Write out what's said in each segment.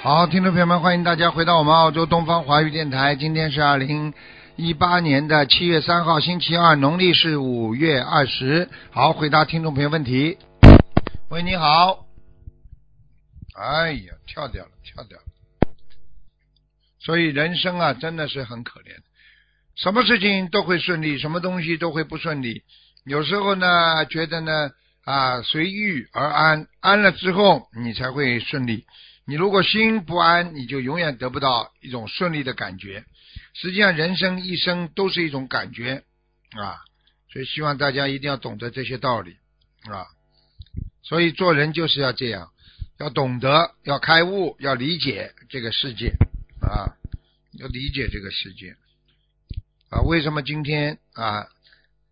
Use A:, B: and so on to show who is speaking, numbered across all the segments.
A: 好，听众朋友们，欢迎大家回到我们澳洲东方华语电台。今天是二零一八年的七月三号，星期二，农历是五月二十。好，回答听众朋友问题。喂，你好。哎呀，跳掉了，跳掉了。所以人生啊，真的是很可怜，什么事情都会顺利，什么东西都会不顺利。有时候呢，觉得呢啊随遇而安，安了之后你才会顺利。你如果心不安，你就永远得不到一种顺利的感觉。实际上，人生一生都是一种感觉啊，所以希望大家一定要懂得这些道理啊。所以做人就是要这样，要懂得，要开悟，要理解这个世界啊，要理解这个世界啊。为什么今天啊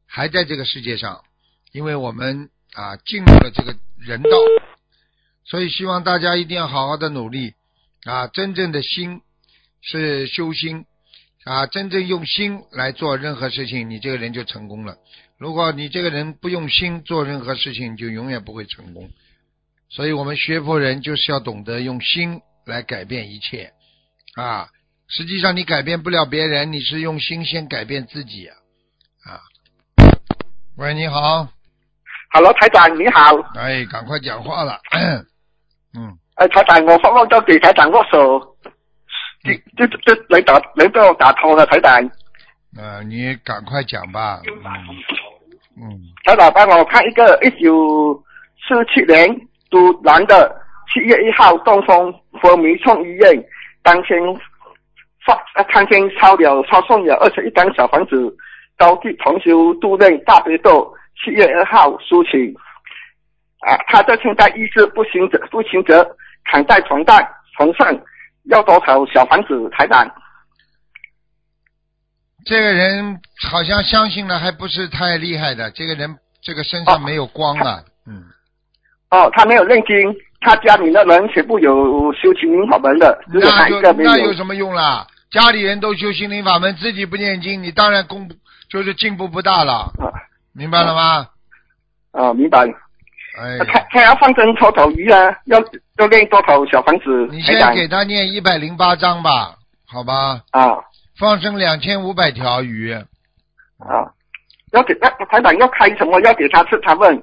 A: 还在这个世界上？因为我们啊进入了这个人道。所以希望大家一定要好好的努力啊！真正的心是修心啊，真正用心来做任何事情，你这个人就成功了。如果你这个人不用心做任何事情，就永远不会成功。所以我们学佛人就是要懂得用心来改变一切啊！实际上你改变不了别人，你是用心先改变自己啊！啊喂，你好，
B: Hello，台长你好，
A: 哎，赶快讲话了，嗯。
B: 诶，台长我刚刚都给台长握手，这这这这你打你俾我打通啦，台长，
A: 呃，你赶快讲吧。嗯嗯，
B: 台长帮我看一个一九四七年都南的七月一号中风昏迷送医院，当天发呃当天烧了烧送了二十一张小房子，高地同修住院大悲咒，七月二号苏醒。啊，他这现在意志不行者不行者，躺在床上床上要多少小房子台长？
A: 这个人好像相信了，还不是太厉害的。这个人这个身上没有光 啊。嗯，
B: 哦，他没有认经，他家里的人全部有修行灵法门的，只有他
A: 那
B: 一
A: 有
B: 个没
A: 那有
B: 有。
A: 什么用啦？家里人都修心灵法门，自己不念经，你当然功就是进步不大了，
B: 啊
A: 明白了吗？
B: 啊，明白。
A: 哎，
B: 他他要放生多少鱼啊？要要练多少小房子
A: 你
B: 台
A: 先
B: 长？
A: 给他念一百零八章吧，好吧？
B: 啊
A: 放生两千五百条鱼，
B: 啊，要给那台长要开什么？要给他吃？他问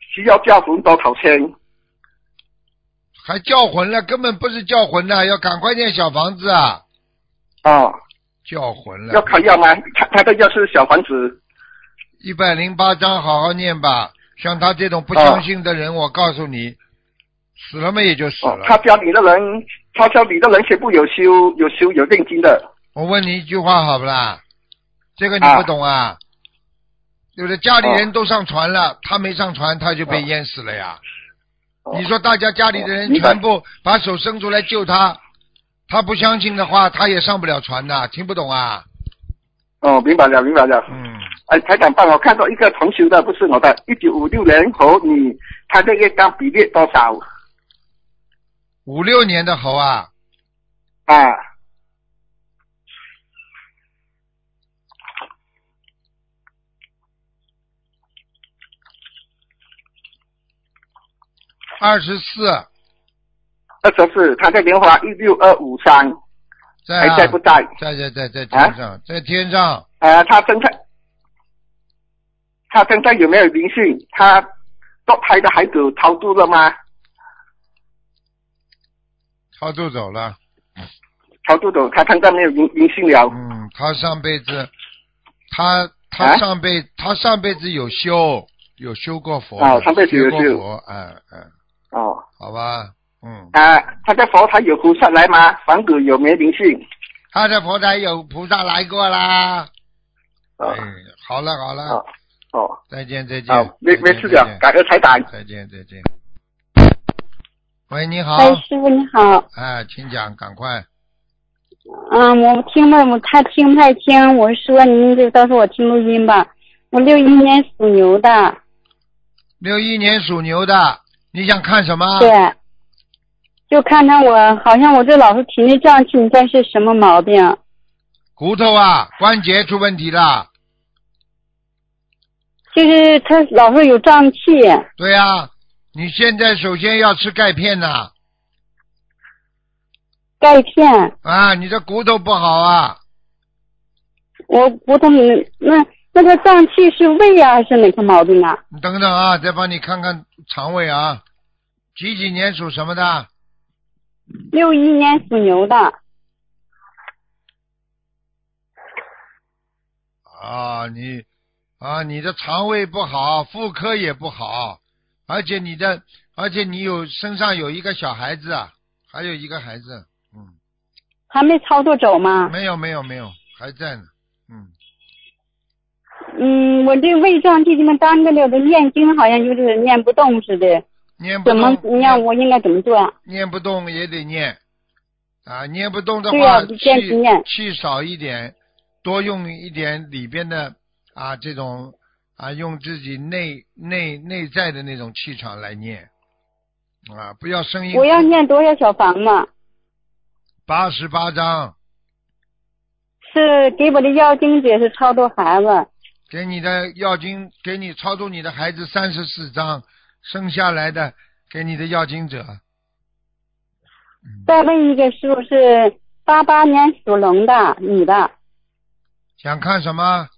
B: 需要交付多少钱？
A: 还叫魂了，根本不是叫魂了，要赶快念小房子啊！
B: 啊，
A: 叫魂了，
B: 要开药吗？他他的药是小房子。
A: 一百零八章，好好念吧。像他这种不相信的人，我告诉你，死了嘛也就死
B: 啊哦，
A: 了。
B: 他家里的人，他家里的人全部有修有修有念经的。
A: 我问你一句话好不啦？这个你不懂啊？对不对？家里人都上船了，他没上船，他就被淹死了呀。
B: 哦
A: 你说大家家里的
B: 哦
A: 人
B: 明白
A: 全部把手伸出来救他，他不相信的话，他也上不了船呐。听不懂啊？
B: 哦，明白了，明白了。
A: 嗯，
B: 哎，台长帮我看到一个同修的，不是我的，一九五六年猴女，她的月光比例多少
A: 五六年的猴啊，
B: 啊？
A: 二十四，
B: 二十四，她的莲花一六二五三，
A: 在
B: 还
A: 啊，
B: 在不啊在？
A: 在在在在天上，在天上。
B: 呃，她身上，她身上有没有灵性？她堕胎的孩子超度了吗？
A: 超度走了，
B: 超度的，她身上没有灵灵性了。
A: 嗯，他上辈子，他他
B: 啊
A: 上辈、他上辈子有修，有修过佛，
B: 哦上辈子
A: 学
B: 有
A: 过
B: 修
A: 佛，嗯嗯，
B: 哦，
A: 好吧，嗯，
B: 啊，她的佛台有菩萨来吗？房子有没有灵性？
A: 他的佛台有菩萨来过啦，
B: 啊哦
A: 哎，好了好了，
B: 哦哦，
A: 再见再见，
B: 好，没没
A: 再见
B: 事
A: 再
B: 了，感恩台长。
A: 见再见再见。喂，你好，
C: 哎，师傅你好，
A: 哎，请讲，赶快，
C: 嗯，我听不，我太听不太清，我说您就到时候我听录音吧。我六一年属牛的，
A: 啊六一年属牛的，你想看什么？
C: 对，就看看我，好像我这老是体内胀气，你猜是什么毛病？
A: 骨头啊，关节出问题了。
C: 就是他老是有胀气，
A: 对啊呀、你现在首先要吃钙片呐、
C: 钙片，
A: 啊，你这骨头不好啊，
C: 我骨头里那那个胀气是胃呀、还是哪个毛病啊？
A: 你等等啊，再帮你看看肠胃啊。几几年属什么的？
C: 六一年属牛的，
A: 啊，你啊，你的肠胃不好，妇科也不好，而且你的，而且你有身上有一个小孩子，啊，还有一个孩子，嗯，
C: 还没操作走吗？
A: 没有没有没有，还在呢，嗯，
C: 嗯，我这胃胀气这么耽搁了，我的念经好像就是念不动似的，
A: 念不
C: 怎么
A: 动，
C: 你让我应该怎么做啊？
A: 念不动也得念，啊，念不动的
C: 对呀
A: 话，
C: 就坚持念
A: 气气少一点，多用一点里边的啊这种啊用自己内内内在的那种气场来念，啊，不要声音。
C: 我要念多少小房子？
A: 八十八章，
C: 是给我的妖精姐是超度孩子，
A: 给你的药精，给你超度你的孩子三十四章，生下来的给你的药精者，
C: 再问一个师傅是八八年属龙的女的，
A: 想看什么？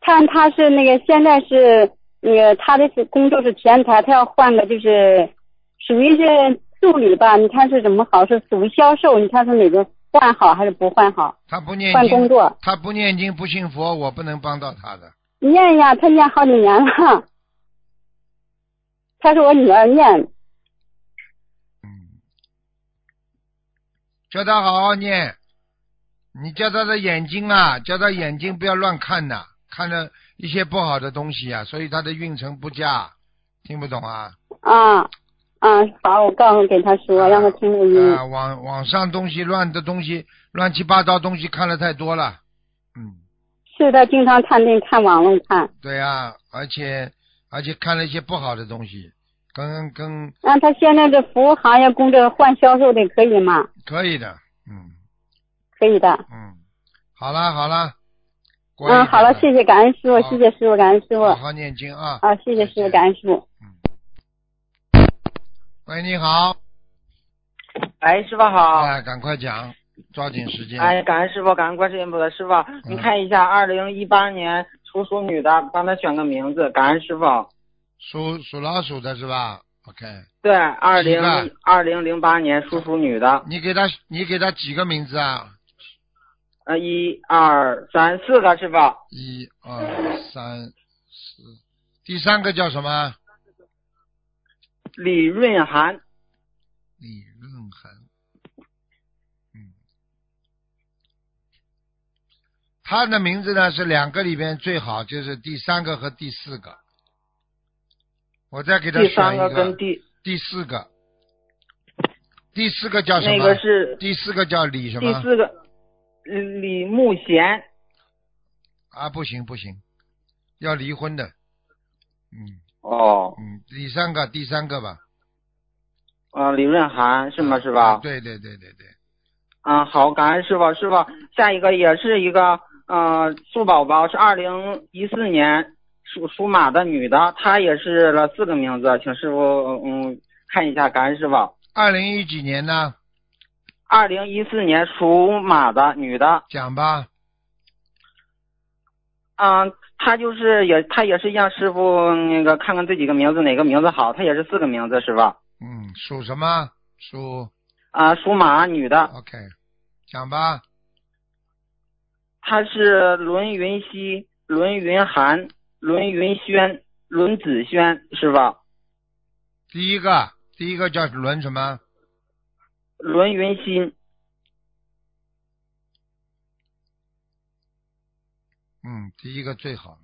C: 看她是那个现在是那个她的是工作是前台，她要换个就是属于是助理吧？你看是怎么好？是属于销售？你看是哪个换好还是不换好？
A: 他不念
C: 换工
A: 经，
C: 作
A: 他不念经不信佛，我不能帮到他的。
C: 念呀，她念好几年了。她是我女儿念，
A: 叫他好好念，你叫他的眼睛啊，叫他眼睛不要乱看呐、看了一些不好的东西啊，所以他的运程不佳，听不懂啊？
C: 啊啊，好，我告诉给她说，让她听录音
A: 啊、。网网上东西乱的东西，乱七八糟东西看了太多了，嗯。
C: 是她经常看病，看网络看，
A: 对啊，而且而且看了一些不好的东西，跟跟
C: 那她现在这服务行业工作换销售的可以吗？
A: 可以的，嗯
C: 可以的。
A: 嗯，好啦好啦，过一
C: 嗯，
A: 阵
C: 好了，谢谢感恩师傅，
A: 好
C: 谢谢师傅，感恩师傅。
A: 好好念经啊。
C: 啊，谢谢师傅，感恩师傅。
A: 喂，你好，
D: 哎，师傅好。
A: 哎，赶快讲，抓紧时间。
D: 哎，感恩师傅，感恩观世音菩萨。师傅，
A: 嗯
D: 你看一下，二零一八年属鼠女的，帮她选个名字。感恩师傅。
A: 属属老鼠的是吧？OK，
D: 对，二
A: 几
D: 零
A: 个
D: 二零零八年属鼠女的，
A: 你给他你给他几个名字啊？
D: 呃，一二三四个师傅。
A: 一二三四，第三个叫什么？
D: 李润涵，
A: 李润涵，嗯，他的名字呢是两个里边最好，就是第三个和第四个。我再给他
D: 第
A: 选
D: 三
A: 一
D: 个跟第
A: 第四个，第四个叫什么？
D: 那个是
A: 第四个叫李什
D: 第
A: 么？
D: 四个李李慕贤。
A: 啊，不行不行，要离婚的。嗯
D: 哦，
A: 嗯，第三个第三个吧，
D: 呃，李润涵是吗？
A: 啊
D: 师傅？
A: 对对对对对，
D: 啊，好，感恩师傅，师傅，下一个也是一个呃，素宝宝是二零一四年属属马的女的，她也是了四个名字，请师傅嗯看一下，感恩师傅。
A: 二零一几年呢？
D: 二零一四年属马的女的，
A: 讲吧，
D: 嗯、她就是也她也是让师傅那个看看这几个名字哪个名字好，她也是四个名字，师傅。
A: 嗯，属什么？属
D: 啊、属马女的，
A: OK，讲吧，
D: 她是伦云熙、伦云涵、伦云轩、伦子轩，师傅。
A: 第一个，第一个叫轮什么？
D: 伦云心，
A: 嗯，第一个最好。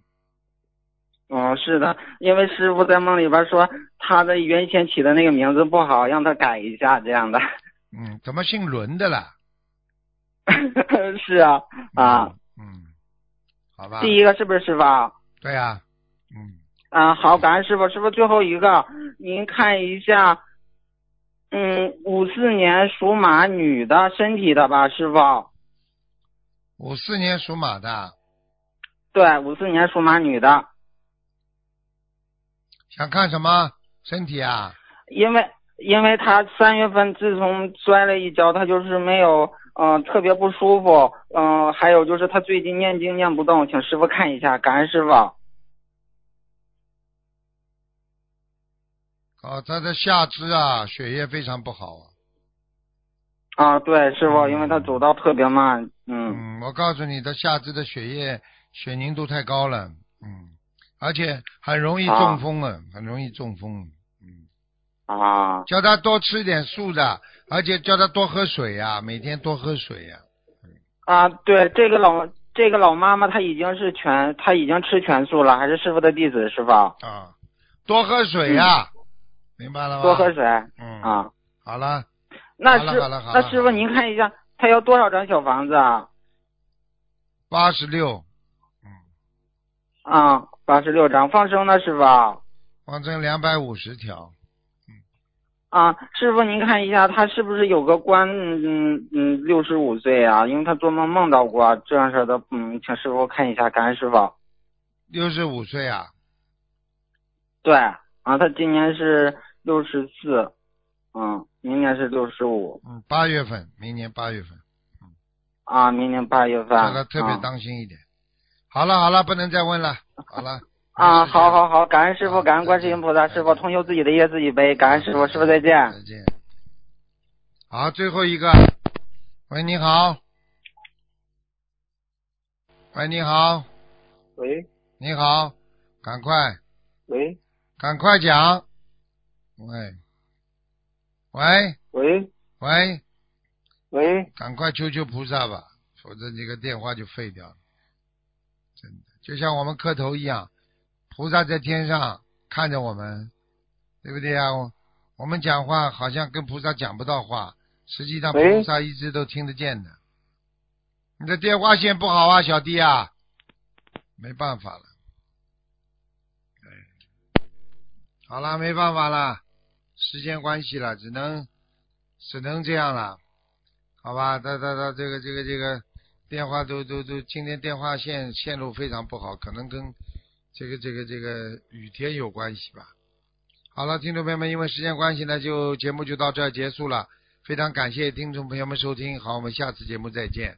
D: 哦，是的，因为师傅在梦里边说他的原先起的那个名字不好，让他改一下这样的。
A: 嗯，怎么姓轮的啦？
D: 是啊，啊，
A: 嗯，嗯，好吧，
D: 第一个是不是师傅？
A: 对呀、嗯，
D: 啊，好，感恩师傅。师傅最后一个，您看一下，嗯，五四年属马女的身体的吧，师傅。
A: 五四年属马的，
D: 对，五四年属马女的，
A: 想看什么身体啊？
D: 因为因为他三月份自从摔了一跤，他就是没有，嗯、特别不舒服，嗯、还有就是他最近念经念不动，请师傅看一下，感恩师傅。
A: 啊，他的下肢啊，血液非常不好啊。
D: 啊，对，师傅，因为他走道特别慢，嗯，
A: 嗯，我告诉你，他下肢的血液血凝度太高了，嗯，而且很容易中风啊，很容易中风。嗯，
D: 啊，
A: 叫他多吃一点素的，而且叫他多喝水呀、每天多喝水呀、
D: 啊，对，这个老这个老妈妈她已经是全，她已经吃全素了，还是师傅的弟子，师傅，
A: 啊，多喝水呀、明白了吗？
D: 嗯多喝。水
A: 嗯，
D: 啊。
A: 好了，
D: 那
A: 好了
D: 师
A: 好了好
D: 那
A: 了
D: 师傅您看一下，他要多少张小房子啊？
A: 八十六，
D: 啊，八十六张。放生呢，师傅？
A: 方针两百五十条，
D: 啊，师傅您看一下，他是不是有个官？嗯嗯，六十五岁啊，因为他做梦梦到过这样式儿的。嗯，请师傅看一下，感恩师傅。
A: 六十五岁啊，
D: 对，啊，他今年是六十四，嗯，明年是六十五，
A: 嗯，八月份，明年八月份，
D: 啊，明年八月份。
A: 叫他特别
D: 啊
A: 当心一点。好了好了，不能再问了，好了。
D: 啊，
A: 没时间
D: 好好好，感恩师
A: 好
D: 傅，感恩观世音菩萨，
A: 再见
D: 师傅通修自己的业自己背，感恩师傅，师傅再见。
A: 再见。好，最后一个。喂，你好。喂，你好，
B: 喂
A: 你好，赶快，
B: 喂
A: 赶快讲。喂，喂，
B: 喂
A: 喂，
B: 喂，
A: 赶快求求菩萨吧，否则这个电话就废掉了。真的，就像我们磕头一样，菩萨在天上看着我们，对不对啊？我我们讲话好像跟菩萨讲不到话，实际上
B: 喂
A: 菩萨一直都听得见的。你的电话线不好啊，小弟啊，没办法了。哎好了，没办法了，时间关系了，只能只能这样了，好吧？他他他这个这个这个电话都都都，今天电话线线路非常不好，可能跟这个这个这个雨天有关系吧。好了，听众朋友们，因为时间关系呢，就节目就到这儿结束了。非常感谢听众朋友们收听，好，我们下次节目再见。